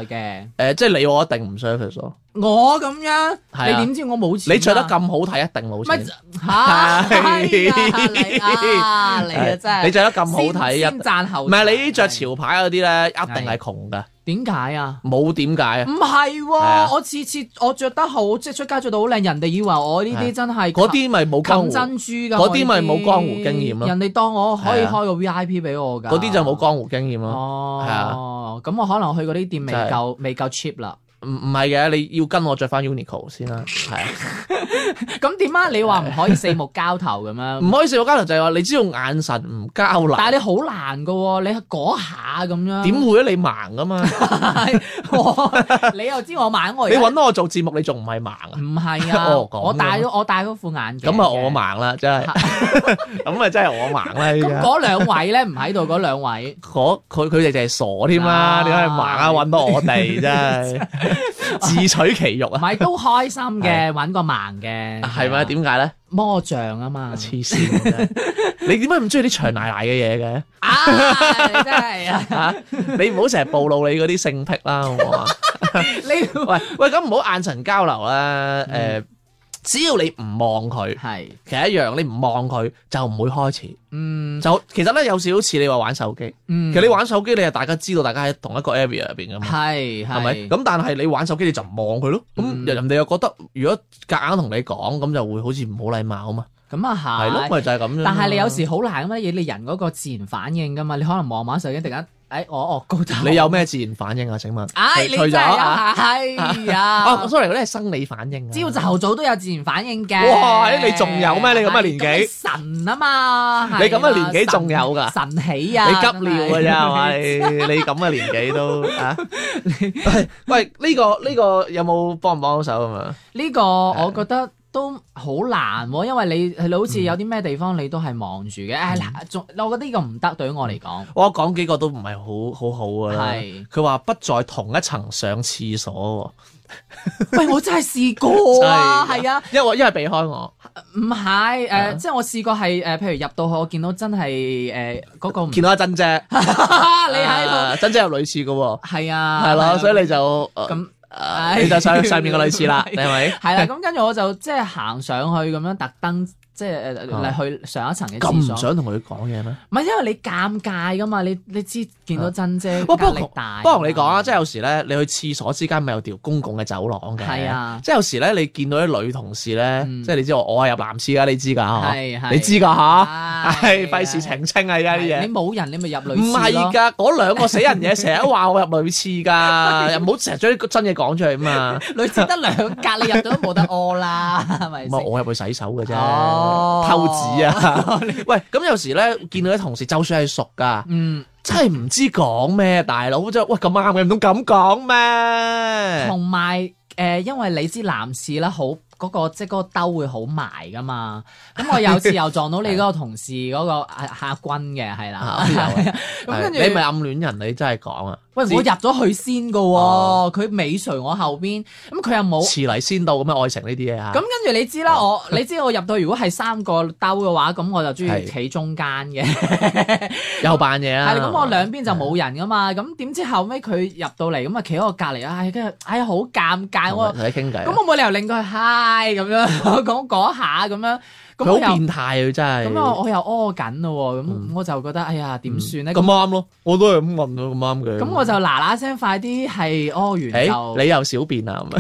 A: 誒，
B: 嘅。
A: 即係你我一定唔 service 咯。
B: 我咁樣，
A: 係啊
B: 你點知我冇錢啊？
A: 你着得咁好睇，一定 冇
B: 咪
A: 錢。
B: 吓
A: 係
B: 係啊你啊你啊真係
A: 你着得咁好睇，
B: 先
A: 一
B: 先讚後
A: 唔係你呢啲着潮牌嗰啲咧，一定係窮㗎，
B: 點解啊？
A: 冇點解啊
B: 唔？係
A: 啊
B: 喎，我次次我着得好，即係出街着到好靚，人哋以為我呢
A: 係啊
B: 啲真係
A: 嗰啲咪冇江湖
B: 冚，珍珠㗎，
A: 嗰啲
B: 我
A: 咪冇江湖經驗咯
B: 人哋當我可以
A: 係啊
B: 開個 V I P 俾我㗎，
A: 嗰啲就冇江湖經驗咯。係
B: 哦，咁我可能去嗰啲店未
A: 就係
B: 夠未夠 cheap 啦。
A: 唔唔係嘅，你要跟我着翻 Uniqlo 先啦，係啊。
B: 咁點啊？你話唔可以四目交頭咁樣？
A: 唔可以笑交流就係話你知道眼神唔交流，
B: 但係你好難㗎喎，你嗰下咁樣
A: 點會啊？你盲 噶嘛？
B: 我你又知我盲，我而
A: 你
B: 家
A: 揾我做節目，你仲唔係盲啊？
B: 唔係啊
A: 哦咁，
B: 我戴咗我戴咗副眼鏡嘅。
A: 咁啊，我盲啦，真係， 咁啊，真係我盲啦依
B: 咁
A: 家。
B: 嗰兩位咧唔喺度，嗰兩位
A: 嗰佢佢哋就係傻添啦，
B: 啊
A: 點解盲啊揾到我哋真 係自取其辱
B: 唔
A: 啊？
B: 係都開心
A: 係啊
B: 嘅，揾個盲嘅啊
A: 係咪？點解咧？
B: 魔像啊嘛？
A: 黐線 真係！你點解唔中意啲長奶奶嘅嘢嘅？
B: 啊！你真係啊！
A: 嚇！你唔好成日暴露你嗰啲性癖啦，好唔 好啊？
B: 你
A: 喂喂，咁唔好眼神交流啦。誒，只要你唔望佢，
B: 係
A: 其實一樣，你唔望佢就唔會開始。
B: 嗯
A: 就其實咧有少少似你話玩手機，
B: 嗯，
A: 其實你玩手機你係大家知道大家喺同一個 area 入邊噶嘛，
B: 係
A: 係咪？咁但係你玩手機你就唔望佢咯，咁
B: 嗯
A: 人哋又覺得如果夾硬同你講，咁就會好似唔好禮貌啊嘛，
B: 咁啊
A: 係咯，
B: 係
A: 咪。就係咁樣。
B: 但係你有。時好難咁樣，你人嗰個自然反應㗎嘛，你可能望望手機，突然間誒我哦高頭，
A: 你有咩自然反應啊？請問，
B: 唉，
A: 除
B: 你
A: 除
B: 真
A: 咗
B: 係
A: 啊，
B: 啊，係
A: 啊
B: 啊，
A: ，sorry，嗰啲係生理反應啊。
B: 朝頭早都有自然反應嘅。
A: 哇你仲有咩你咁嘅年紀
B: 係 神啊嘛，係啦
A: 你咁嘅年紀仲有㗎
B: 神神起啊！
A: 你急尿㗎
B: 真係
A: 咋，係咪你咁嘅年紀都 啊？喂喂，呢個呢個有冇幫唔幫到手咁啊？
B: 呢個我覺得都好難喎，因為你你好似有啲咩地方你都係望住嘅。唉，嗱，仲我覺得呢個唔得，對於我嚟講
A: 我講幾個都唔係好好好㗎啦。
B: 係。
A: 佢話不在同一層上廁所
B: 喂，我真係試過啊，
A: 真係㗎
B: 係啊，
A: 喎，
B: 嗯
A: 因為我因為避開我，
B: 唔係
A: 啊
B: 誒，即係我試過係誒，譬如入到去，我見到真係誒嗰個唔你
A: 見到阿珍姐，
B: 喺度
A: 啊珍姐入女廁嘅喎，
B: 係啊，
A: 係
B: 係啊
A: 咯，所以你就咁
B: 咁。
A: 你就上上面個女廁 啦，你
B: 係
A: 係咪？
B: 係啦，咁跟住我就即係行上去咁樣，特登即係誒
A: 啊
B: 嚟去上一層嘅
A: 咁
B: 廁
A: 唔
B: 所。
A: 想同佢講嘢咩？
B: 唔係因為你尷尬噶嘛，你你知見到珍姐
A: 啊哇！不
B: 壓
A: 過
B: 力
A: 同
B: 大。
A: 不過同你講啊，即係有時咧，你去廁所之間咪有條公共嘅走廊嘅，
B: 係啊
A: 即係有時咧，你見到啲女同事咧，
B: 嗯
A: 即係你知我我係入男廁噶，你知㗎
B: 係
A: 嚇，
B: 係
A: 啊你知㗎嚇，
B: 唉
A: 係費事澄清啊而家啲嘢
B: 係。你冇人，你咪入女
A: 唔
B: 廁
A: 係
B: 咯。
A: 㗎，嗰兩個死人嘢成日都話我入女廁 㗎，又唔好成日將啲真嘢講出嚟嘛。
B: 女廁得兩格，你入到都冇得屙啦， 係咪
A: 唔係
B: 先？
A: 啊我入去洗手嘅啫，
B: 哦
A: 偷紙 啊！喂，咁有時咧見到啲同事，就算係熟㗎，
B: 嗯，
A: 真係唔知講咩，大佬真係喂咁啱嘅，唔通咁講咩？
B: 同埋誒，因為你知男士啦，好嗰個即係嗰個兜會好埋噶嘛。咁我有次又撞到你嗰個同事嗰個啊客軍嘅， 係啦
A: 啊。有啊
B: 咁跟住
A: 你咪暗戀人，你真係講啊！
B: 喂，
A: 知哦
B: 我入咗去先噶喎，佢尾隨我後邊，咁佢又冇。
A: 遲嚟先到咁樣愛情呢啲嘢嚇。啊
B: 咁跟住你知啦，
A: 哦
B: 我你知我入到如果係三個兜嘅話，咁我就中意
A: 係啊
B: 企中間嘅，
A: 又扮嘢啦。
B: 係咁我兩邊就冇人噶
A: 啊
B: 嘛，咁點知後尾佢入到嚟咁啊企喺我隔離，唉跟住唉好尷尬
A: 同我
B: 我，
A: 同你傾偈。啊
B: 咁我冇理由令佢 hi 咁樣 講講下咁樣，咁我
A: 佢好
B: 又
A: 變態佢啊真係。
B: 咁啊我我又屙緊咯喎，
A: 嗯
B: 咁我就覺得哎呀點算咧？
A: 咁
B: 咁
A: 啱咯，我都係咁問咯，咁啱嘅。
B: 咁我就嗱嗱聲快啲係屙完就
A: 誒，。你又小便啊？咁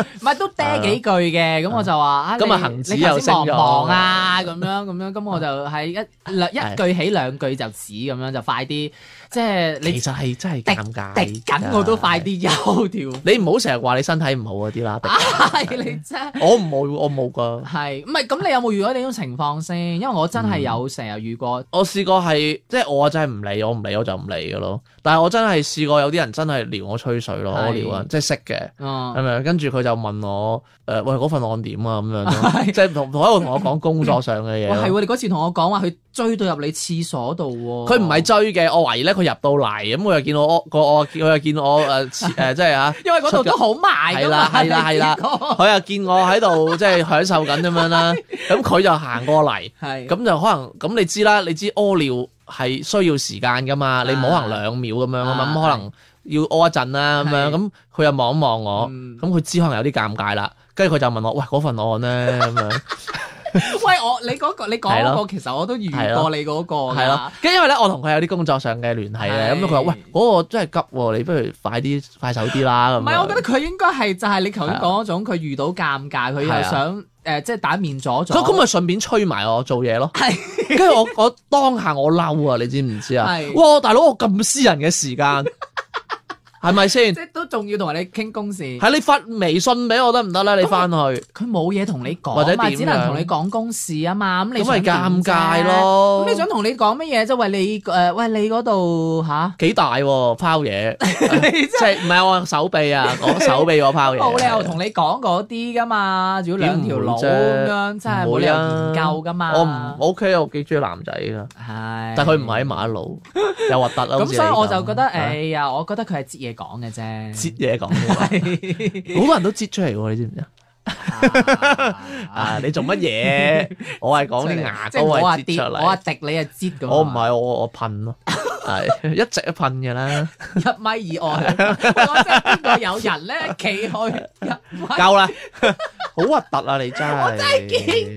A: 啊
B: 唔係都
A: À.
B: 嗲幾句嘅，咁我就話啊，
A: 今日
B: 你
A: 恒指
B: 你頭
A: 又
B: 先忙
A: 升咗
B: 唔忙
A: à.
B: 啊？à, 咁樣咁樣，咁我就係一兩一句起兩句就止咁樣，就快啲，即係你
A: 其實係真係
B: 滴
A: 尷尬。
B: 滴緊我都快。啲 休條，
A: 你唔好成日話你身體唔好嗰啲啦。滴
B: 係你真
A: 我唔冇，我冇噶。
B: 係唔係？咁你有冇遇到呢種情況先？因為我真係有成日遇過，
A: 我試過係，即係我真係唔理，我唔理我就唔理嘅咯。但係我真係試過有啲人真係撩我吹水咯，
B: 係
A: 我撩啊，即係識嘅，係
B: 嗯，
A: 咪？跟住佢就問我，誒，喂，嗰份案點啊？咁樣咯，
B: 係
A: 即係同同喺度同我講工作上嘅嘢
B: 哇係
A: 咯。
B: 喎！你嗰次同我講話佢追到入你廁所度喎，
A: 佢唔係追嘅，我懷疑咧，佢佢入到嚟，咁佢又見我個我，佢又見我誒 誒，即係嚇。
B: 因為嗰度都好埋㗎嘛，
A: 係啦係啦係啦
B: 啦，
A: 佢又見我喺 度即係享受緊咁樣啦，咁佢就行過嚟，
B: 係
A: 咁就可能咁你知啦，你知屙尿係需要時間噶嘛，你冇可能兩秒咁樣啊嘛，
B: 啊
A: 咁可能要屙一陣啦咁樣，
B: 係
A: 咁佢又望一望我，
B: 嗯
A: 咁佢知可能有啲尷尬啦，跟住佢就問我，喂嗰份案咧咁樣，
B: 喂我你嗰個你講
A: 係
B: 嗰
A: 咯
B: 個其實我都遇
A: 係咯
B: 過你嗰個㗎
A: 係咯，跟住因為咧我同佢有啲工作上嘅聯繫咧，
B: 啊係
A: 咁佢話喂嗰個真係急喎，你不如快啲快手啲啦咁樣。啊
B: 唔係，我覺得佢應該係就係你頭先講嗰種，佢遇到尷尬，佢
A: 係啊
B: 又想誒，即係打面阻阻。
A: 咁咁啊咪順便吹埋我做嘢咯。跟住我我當下我嬲啊，你知唔知啊
B: 係？
A: 哇，大佬我咁私人嘅時 間，係咪先
B: 即？係都仲要同你傾公事，
A: 係你發微信俾我得唔得咧？你翻去
B: 佢冇嘢同你
A: 或者
B: 講嘛，
A: 點樣
B: 只能同你講公事啊嘛，咁你
A: 咁咪
B: 想
A: 尷
B: 點啫
A: 尬。咯
B: 咁你。想同你講乜嘢啫？喂你誒，喂你嗰度吓，
A: 幾大喎拋 嘢，即係唔係我手臂啊？我手臂我拋嘢，
B: 冇理由同你講嗰啲噶嘛，如果兩條路咁樣，真係冇理由研究噶嘛。
A: 啊我唔 OK，我幾啊中意男仔噶，
B: 係，
A: 但佢唔係喺馬路，又核突 啦。好
B: 咁，
A: 似
B: 所以
A: 你
B: 我
A: 咁
B: 就覺得，
A: 啊
B: 哎呀，我覺得佢係接嘢講嘅啫。
A: 擠嘢講嘅話，好多人都擠出嚟喎，你知唔知啊？啊！你做乜 嘢？我係講啲牙
B: 即
A: 膏
B: 係我話
A: 係擠
B: 跌，
A: 出
B: 我話
A: 嚟，
B: 滴，你啊擠咁。
A: 我唔係我我噴 咯，係一直都噴嘅啦，
B: 係一米以外，我真係邊個有人咧企去一米？
A: 夠啦，好核突啊！你真係，
B: 我真係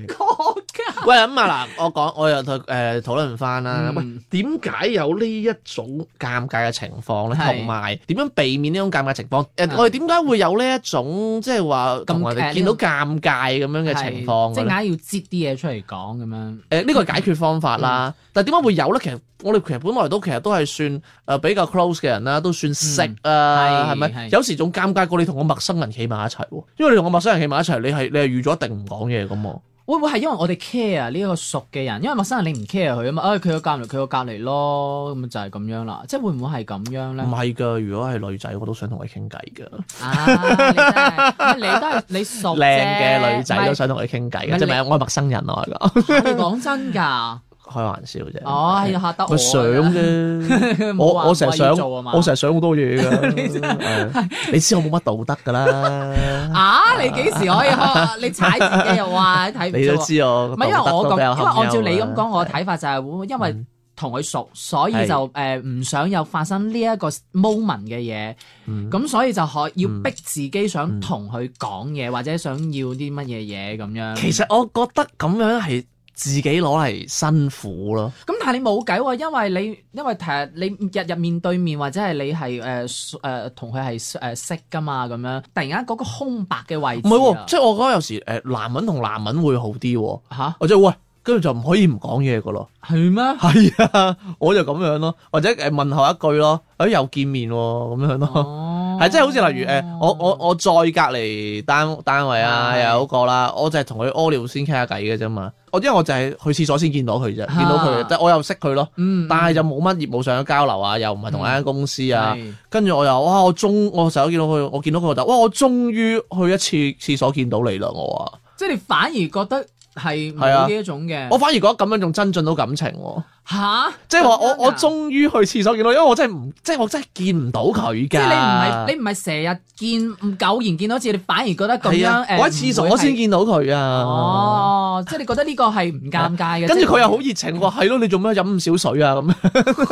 B: 見 過㗎。
A: 喂咁啊嗱，我講我又同誒討論翻啦，
B: 嗯
A: 喂點解有呢一種尷尬嘅情況咧？
B: 係
A: 同埋點樣避免呢種尷尬情況？誒
B: 係
A: 我哋點解會有呢一種即係話同人哋
B: 誒呢
A: 見到
B: 種
A: 尷尬咁樣嘅情況
B: 係即
A: 嘅
B: 係硬
A: 咧？
B: 係要擠啲嘢出嚟講咁樣。
A: 誒呢個係解決方法啦，
B: 嗯
A: 但係點解會有咧？其實我哋其實本來都其實都係算誒比較 close 嘅人啦，都算識啊，
B: 嗯係
A: 係咪？
B: 係
A: 有時仲尷尬過你同個陌生人企埋一齊喎，因為你同個陌生人企埋一齊，你係你係預咗一定唔講嘢咁喎。
B: 會唔會係因為我哋 care 啊呢一個熟嘅人，因為陌生人你唔 care 佢啊嘛，啊佢個隔離佢個隔離咯，咁就係咁樣啦。即係會唔會係咁樣咧
A: 唔？係㗎，如果係女仔，我都想同佢傾偈㗎。
B: 啊，你真係你都係你熟啫
A: 靚嘅女仔都
B: 唔
A: 想同佢傾偈
B: 唔哦係
A: 嘅，即係咪？我係陌生人啊，我講
B: 係你講 真㗎，
A: 開玩笑啫。
B: 哦，係嚇得我
A: 佢
B: 啊
A: 想啫。我
B: 冇話
A: 我成日想，
B: 唔可以做啊嘛
A: 我成日想好多嘢㗎。 係你知我冇乜道德㗎啦。
B: 啊！你幾時可 以開？你踩自己又話睇唔
A: 你都
B: 出喎
A: 知我
B: 唔係因為我
A: 道德都
B: 講，
A: 比較
B: 因為按照
A: 堪
B: 你
A: 憂啊
B: 咁
A: 啦
B: 講，我嘅睇法就係會因為
A: 嗯
B: 同佢熟，所以
A: 係
B: 就誒唔想有發生呢一個 moment 嘅嘢，
A: 嗯
B: 咁所以就可要
A: 嗯
B: 逼自己想
A: 嗯
B: 同佢講嘢，或者想要啲乜嘢嘢咁樣。
A: 其實我覺得咁樣係自己攞嚟辛苦咯，
B: 咁但係你冇計喎，因為你因為誒你日日面對面或者係你係誒誒同佢係誒識噶嘛咁樣，突然間嗰個空白嘅位
A: 唔
B: 置
A: 係喎，
B: 啊
A: 即係我覺得有時誒男人同男人會好啲喎，
B: 吓
A: 或者喂。跟住就唔可以唔講嘢噶咯，
B: 係咩？
A: 係啊，我就咁樣咯，或者誒問候一句咯，誒又見面喎咁樣咯，
B: 哦
A: 係即係好似例如誒，我我我再隔離單單位啊
B: 係
A: 又有一個啦，我就係同佢屙尿先傾下偈嘅啫嘛，我因為我就係去廁所先見到佢啫，見到佢，
B: 啊
A: 即係我又識佢咯，
B: 嗯
A: 但係就冇乜業務上嘅交流啊，又唔係同一間公司啊。
B: 係
A: 跟住我又哇！我終我成日都見到佢，我見到佢我就哇！我終於去一次廁所見到你啦！我話，
B: 即係你反而覺得係
A: 係啊
B: 冇呢一種嘅。
A: 我反而覺得咁樣仲增進到感情喎，
B: 吓，
A: 即係話我
B: 咁樣啊
A: 我
B: 㗎
A: 終於去廁所見到，因為我真係唔即係我真係見唔到佢㗎。
B: 即係你唔係你唔係成日見，唔偶然見到一次，你反而覺得咁
A: 係
B: 樣
A: 啊
B: 誒，
A: 我喺廁所先。
B: 唔會係
A: 見到佢啊。
B: 哦，即係你覺得呢個係嗯唔尷尬嘅。
A: 跟住佢又好
B: 即
A: 熱情喎，係咯，你做咩飲咁少水啊？咁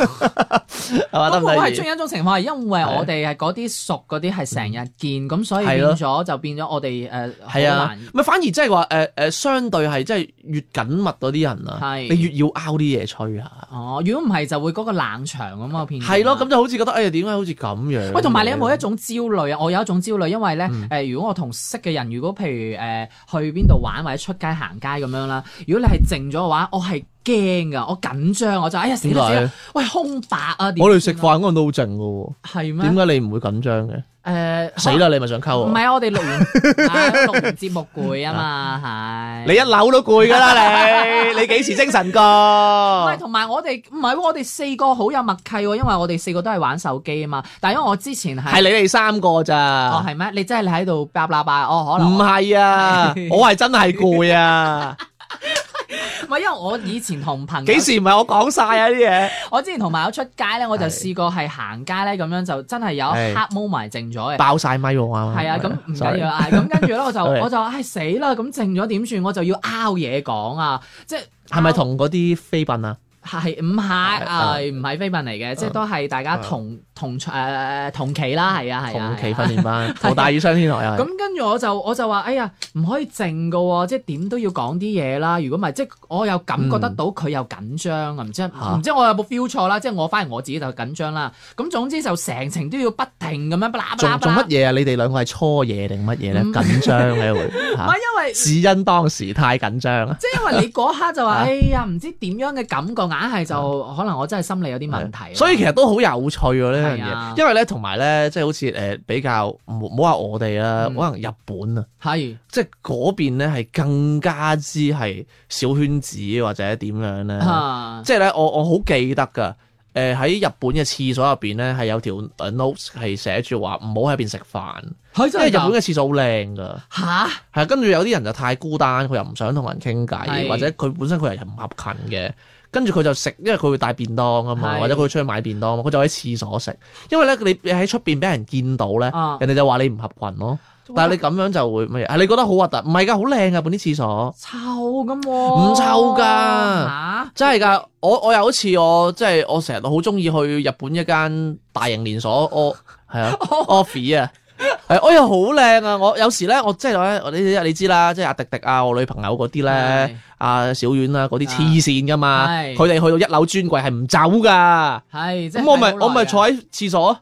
A: 係嘛？
B: 係。
A: 啊得唔
B: 不過我係
A: 得
B: 中
A: 意？
B: 意一種情況，係因為
A: 係啊
B: 我哋係嗰啲熟嗰啲係成日見，咁所以
A: 係
B: 變
A: 咯
B: 咗就變咗我哋誒好
A: 係啊
B: 難，
A: 咪反而即係話誒誒，相對係即係越緊密嗰啲人啊，
B: 係
A: 你越要拗啲嘢吹啊。
B: 哦，如果唔係就會嗰個冷場咁啊，片段
A: 係咯，咁就好似覺得哎呀，點解好似咁樣？
B: 喂，同埋你有冇一種焦慮啊？我有一種焦慮，因為咧，誒、
A: 嗯
B: 如果我同識嘅人，如果譬如誒、去邊度玩或者出街行街咁樣啦，如果你係靜咗嘅話，我係驚噶，我緊張，我就哎呀死
A: 點
B: 啦死
A: 解
B: 啦！？喂，空白啊！點
A: 我哋食
B: 算啊
A: 飯嗰陣都好靜嘅
B: 係
A: 喎，
B: 咩？
A: 點解你唔會緊張嘅？
B: 誒
A: 死！啦，你咪想溝
B: 可能
A: 我
B: 唔？係啊，我哋錄 完啊錄完節目攰啊嘛，係
A: 啊你一扭都攰㗎啦， 你你幾時精神
B: 唔係，
A: 㗎？
B: 同埋我哋唔係喎，我哋四個好有默契喎，因為我哋四個都係玩手機啊嘛。但因為我之前
A: 係
B: 係
A: 你哋三個咋
B: 哦？係咩？你真係喺度叭叭叭哦，可能
A: 唔
B: 我
A: 係啊，
B: 係
A: 我係真係攰啊！
B: 唔係因為我以前同朋 友
A: 幾時唔係我講晒啊啲嘢？
B: 我之前同朋友出街咧，我就
A: 係
B: 試過係行街咧，咁樣就真係有一
A: 係
B: 刻踎埋靜咗 嘅。
A: 爆晒咪喎啱啱
B: 係啊，咁唔緊
A: Sorry
B: 要啦。咁跟住咧， 我就
A: 係
B: 我就唉死啦！咁靜咗點算？我就要拗嘢講啊！即係
A: 係咪同嗰啲飛笨啊？
B: 係唔係？誒唔係非問嚟嘅，
A: 嗯
B: 即係都係大家同同誒同期啦，係啊係啊。
A: 同
B: 係
A: 期
B: 啊
A: 訓練班， 同大雨雙天台又啊係。
B: 咁跟住我就我就話：哎呀，唔可以靜噶喎，即係點都要講啲嘢啦。如果唔係，即係我又感覺得到佢又緊張啊，唔知唔知我有冇 feel 錯啦。即係我反而我自己就緊張啦。咁總之就成程都要不停咁樣不啦不啦
A: 仲
B: 不
A: 仲
B: 啦
A: 乜。嘢啊？你哋兩個係初夜定乜嘢咧？
B: 嗯
A: 緊張咧會
B: 唔
A: 嚇
B: 係，因為
A: 只因當時太緊張啊！
B: 即係因為你嗰刻就話，
A: 啊
B: 哎呀，唔知點樣嘅感覺，硬係就可能我真係心理有啲問題。
A: 所以其實都好有趣喎呢樣
B: 係啊
A: 嘢，因為咧同埋咧，即係好似誒比較唔唔好話我哋啦，
B: 嗯
A: 可能日本啊，
B: 係
A: 即係嗰邊咧係更加之係小圈子或者點樣咧，
B: 啊，
A: 即係咧我我好記得㗎。誒喺日本嘅廁所入邊咧，係有條誒 notes 係寫住話唔好喺入邊食飯，
B: 係
A: 因
B: 真
A: 為
B: 係
A: 日本
B: 㗎
A: 嘅廁所好靚㗎。
B: 嚇
A: 係啊跟住有啲人就太孤單，佢又唔想同人傾偈，
B: 係
A: 或者佢本身佢係唔合群嘅，跟住佢就食，因為佢會帶便當啊嘛，
B: 係
A: 或者佢會出去買便當，佢就喺廁所食。因為咧，你你喺出邊俾人見到咧，
B: 啊
A: 人哋就話你唔合群咯。但係你咁樣就會乜嘢？係你覺得好核突？唔係㗎，好靚㗎，本啲廁所
B: 臭咁喎，
A: 唔臭㗎
B: 嚇
A: 真係㗎。我我有一次我即係我成日都好中意去日本一間大型連鎖 O 係 啊
B: 哦
A: Office 啊。係，哎呀，好靚啊！我有時咧，我即係咧，我你你知啦，即係阿迪迪啊，我女朋友嗰啲咧。阿小丸啦嗰啲黐線噶嘛，
B: 啊係
A: 佢哋去到一樓專櫃係唔走噶，
B: 係即係
A: 咁我咪
B: 睇好耐
A: 我咪
B: 㗎
A: 坐喺廁所，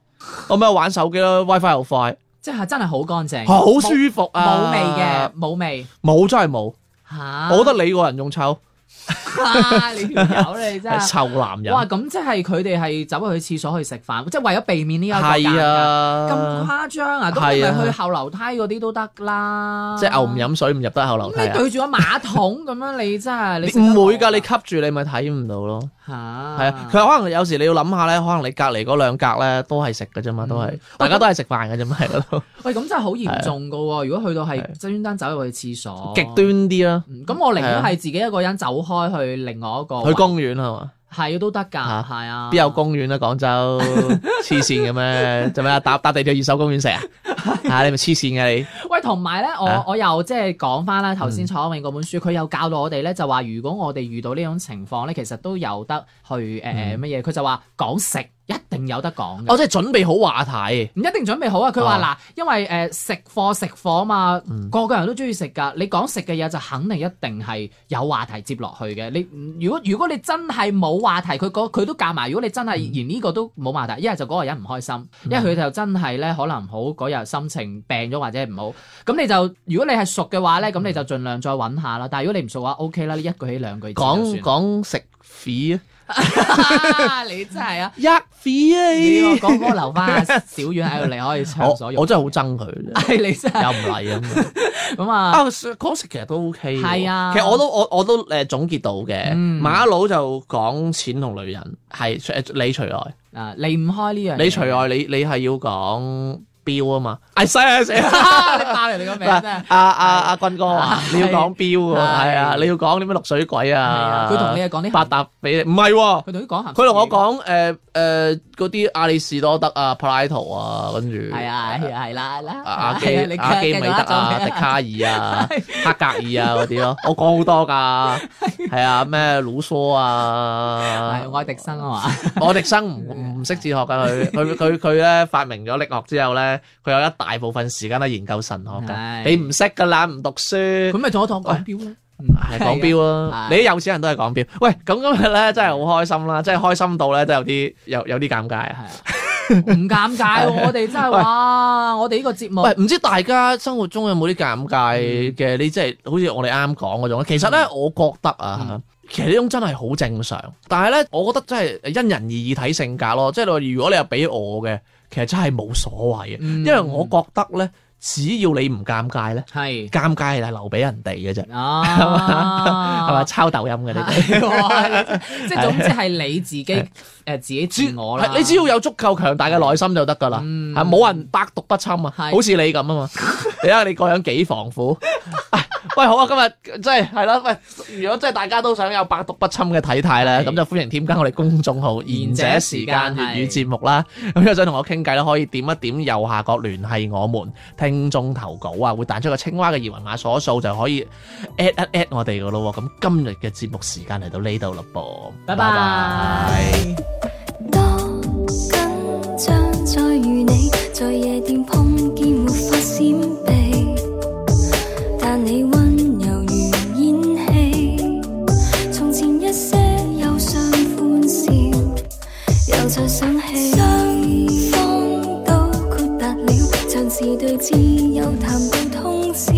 A: 我咪玩手機咯，WiFi 又快，
B: 即係真係好乾淨，
A: 好舒服
B: 冇
A: 啊，
B: 冇味嘅，，冇味
A: 冇真係冇，
B: 嚇。
A: 我覺得你個人仲臭，
B: 啊你條友你真
A: 係
B: 係。
A: 臭男人，
B: 哇！咁即係佢哋係走去廁所去食飯，即係為咗避免呢一個尷
A: 係
B: 尬。咁
A: 啊，
B: 誇張啊！咁你
A: 係啊
B: 咪去後樓梯嗰啲都得啦。
A: 即係牛唔飲水唔入得後樓梯
B: 咁你
A: 啊，
B: 對住個馬桶咁樣，你真係
A: 你唔會㗎，你
B: 嚇
A: 吸住你咪睇唔到咯，係啊，
B: 係
A: 佢可能有時你要諗下咧，可能你隔離嗰兩格咧都係食嘅啫嘛，都係
B: 嗯
A: 大家都係食飯嘅啫嘛，喺嗰度
B: 喂，咁真係好嚴重噶喎！如果去到係
A: 係啊
B: 即係專登走入去廁所，
A: 極端啲啦，
B: 嗯。咁我寧願
A: 係啊
B: 係自己一個人走開去另外一個
A: 去
B: 位
A: 公園係嘛？
B: 係都得㗎，
A: 嚇
B: 係啊，
A: 邊有公園啊？ 廣州黐線嘅咩？做咩啊？搭搭地鐵二手公園食啊？嚇你咪黐線嘅你
B: 喂，同埋咧，我、
A: 啊
B: 我又即係講翻啦，頭先蔡康永嗰本書，佢又教到我哋咧，就話如果我哋遇到呢種情況咧，其實都有得去誒誒乜嘢，佢、就話講食一定有得講嘅。
A: 哦！即係準備好話題，
B: 唔一定準備好啊！佢話嗱
A: 啊，
B: 因為誒、呃食貨食貨啊嘛，
A: 嗯
B: 個個人都中意食㗎。你講食嘅嘢就肯定一定係有話題接落去嘅。你如果如果你真係冇話題，佢嗰佢都夾埋。如果你真係
A: 嗯
B: 連呢個都冇話題，一係就嗰個人唔開心，一係佢就真係咧可能唔好嗰日心情病咗或者唔好。咁你就如果你係熟嘅話咧，
A: 嗯
B: 咁你就盡量再揾下啦。但係如果你唔熟嘅話，OK 啦，你一句起兩句止就
A: 講
B: 算啦
A: 講食屎啊！
B: 你真係啊！
A: 一屎啊！
B: 你
A: 呢
B: 我
A: 啲
B: 講歌留翻阿小遠喺度，你可以暢所欲
A: 我
B: 言。
A: 我真係好憎佢，
B: 係你真係
A: 又唔嚟咁
B: 咁啊，
A: 啊！講食其實都 OK 喎
B: 係啊
A: 其實我都我我都誒總結到嘅，
B: 嗯
A: 馬佬就講錢同女人係誒你除外，
B: 啊離唔開呢樣嘢，
A: 你除外你你係要講標啊嘛！ 係死啊死啊！
B: 啊，你爆人哋個名
A: 嗱
B: 啫。
A: 阿阿阿君哥啊，
B: 係
A: 你要講標喎，
B: 係
A: 係啊，你要講啲咩綠水鬼啊？
B: 佢同你係講啲
A: 八達俾你，唔係喎，
B: 佢同你講鹹
A: 佢同我講誒誒嗰啲阿里士多德啊、柏拉圖啊，跟住
B: 係啊係啊係啦係啦，
A: 阿阿基
B: 係啊你
A: 阿基米
B: 繼續
A: 德
B: 啦
A: 啊、
B: 仲
A: 笛卡爾啊、黑格爾啊嗰啲 咯，我講好多㗎，係啊咩魯梭啊
B: 係，愛迪生啊 嘛，
A: 我迪生唔唔識哲學㗎，佢佢佢佢咧發明咗力學之後咧，佢有一大部分時間都研究神學㗎，
B: 係
A: 你唔識㗎啦，唔讀書
B: 佢。咪同我同我講標咯，嗯
A: 係講標
B: 啊
A: 啦，你啲有錢人都係講標。喂，咁今日咧真係好開心啦，真係開心到咧都有啲有有啲尷尬
B: 係
A: 啊。
B: 啊唔尷尬 喎，我哋真係
A: 喂
B: 哇，我哋呢個節目
A: 喂，唔知大家生活中有冇啲尷
B: 嗯
A: 尬嘅？你即係好似我哋啱講嗰種。其實咧，我覺得
B: 嗯
A: 啊，其實呢種真係好正常。但係咧，我覺得真係因人而異睇性格咯。即係你話如果你又俾我嘅，其實真係冇所謂嘅，
B: 嗯
A: 因為我覺得咧，只要你唔尷尬咧，
B: 係
A: 尷尬係留俾人哋嘅啫，係咪
B: 啊，
A: 抄抖音嘅你哋？
B: 係喎即係總之係你自己誒自己自我啦
A: 係，你只要有足夠強大嘅內心就得㗎啦，
B: 嗯
A: 係冇人百毒不侵啊！
B: 係
A: 好似你咁啊嘛，你睇下你個樣幾防腐，唉 喂，好啊，今日即係係啦，喂，如果即係大家都想有百毒不侵嘅體態咧，
B: 係
A: 咁就歡迎添加我哋公眾號《賢者時間粵語節目》 啦。咁如果想同我傾偈咧，可以點一點右下角聯繫我們聽眾投稿啊，會彈出個青蛙嘅二維碼掃一掃就可以 at 一 at 我哋噶咯喎。咁今日嘅節目時間嚟到呢度啦噃，
B: 拜拜。
C: 多緊張，再遇你，在夜店碰見，沒法閃避。但你温柔如演戲，從前一些憂傷歡笑，又再想起。雙方都豁達了，像是對峙，又談到通宵。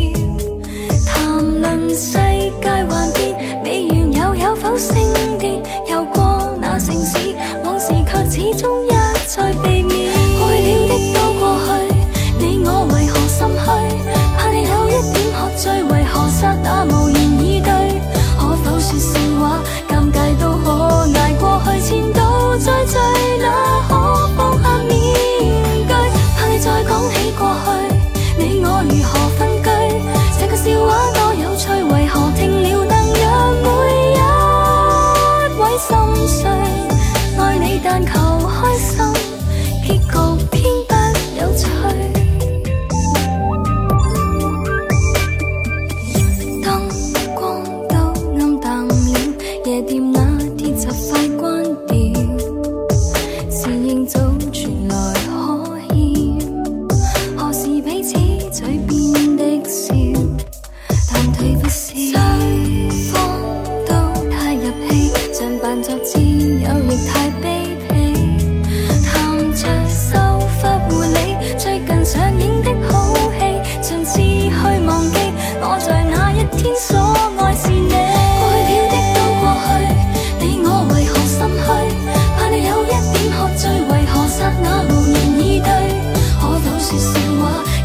C: 談論世界幻變，美元又有否升跌？遊過那城市，往事卻始終一再避免。愛了的都過去，你我為何心虛？怕你有一點喝醉，為何剎那無言以對？可否說笑話？尷尬都可捱過去，前度再聚，那可放下面具？怕你再講起過去。你我如何分居？這個笑話多有趣，為何聽了能讓每一位心碎？愛你但求開心，結局偏不有趣。燈光都暗淡了，夜店那鐵閘快關掉，侍應早傳來可欠。何時彼此嘴邊的笑，但退不笑。雙方都太入戲，像扮作摯友亦太卑鄙。談着秀髮護理，最近上映的好戲，盡是去忘記我在那一天所愛是你。過去了的都過去，你我為何心虛？怕你有一點喝醉，為何剎那無言以對？可否說笑話？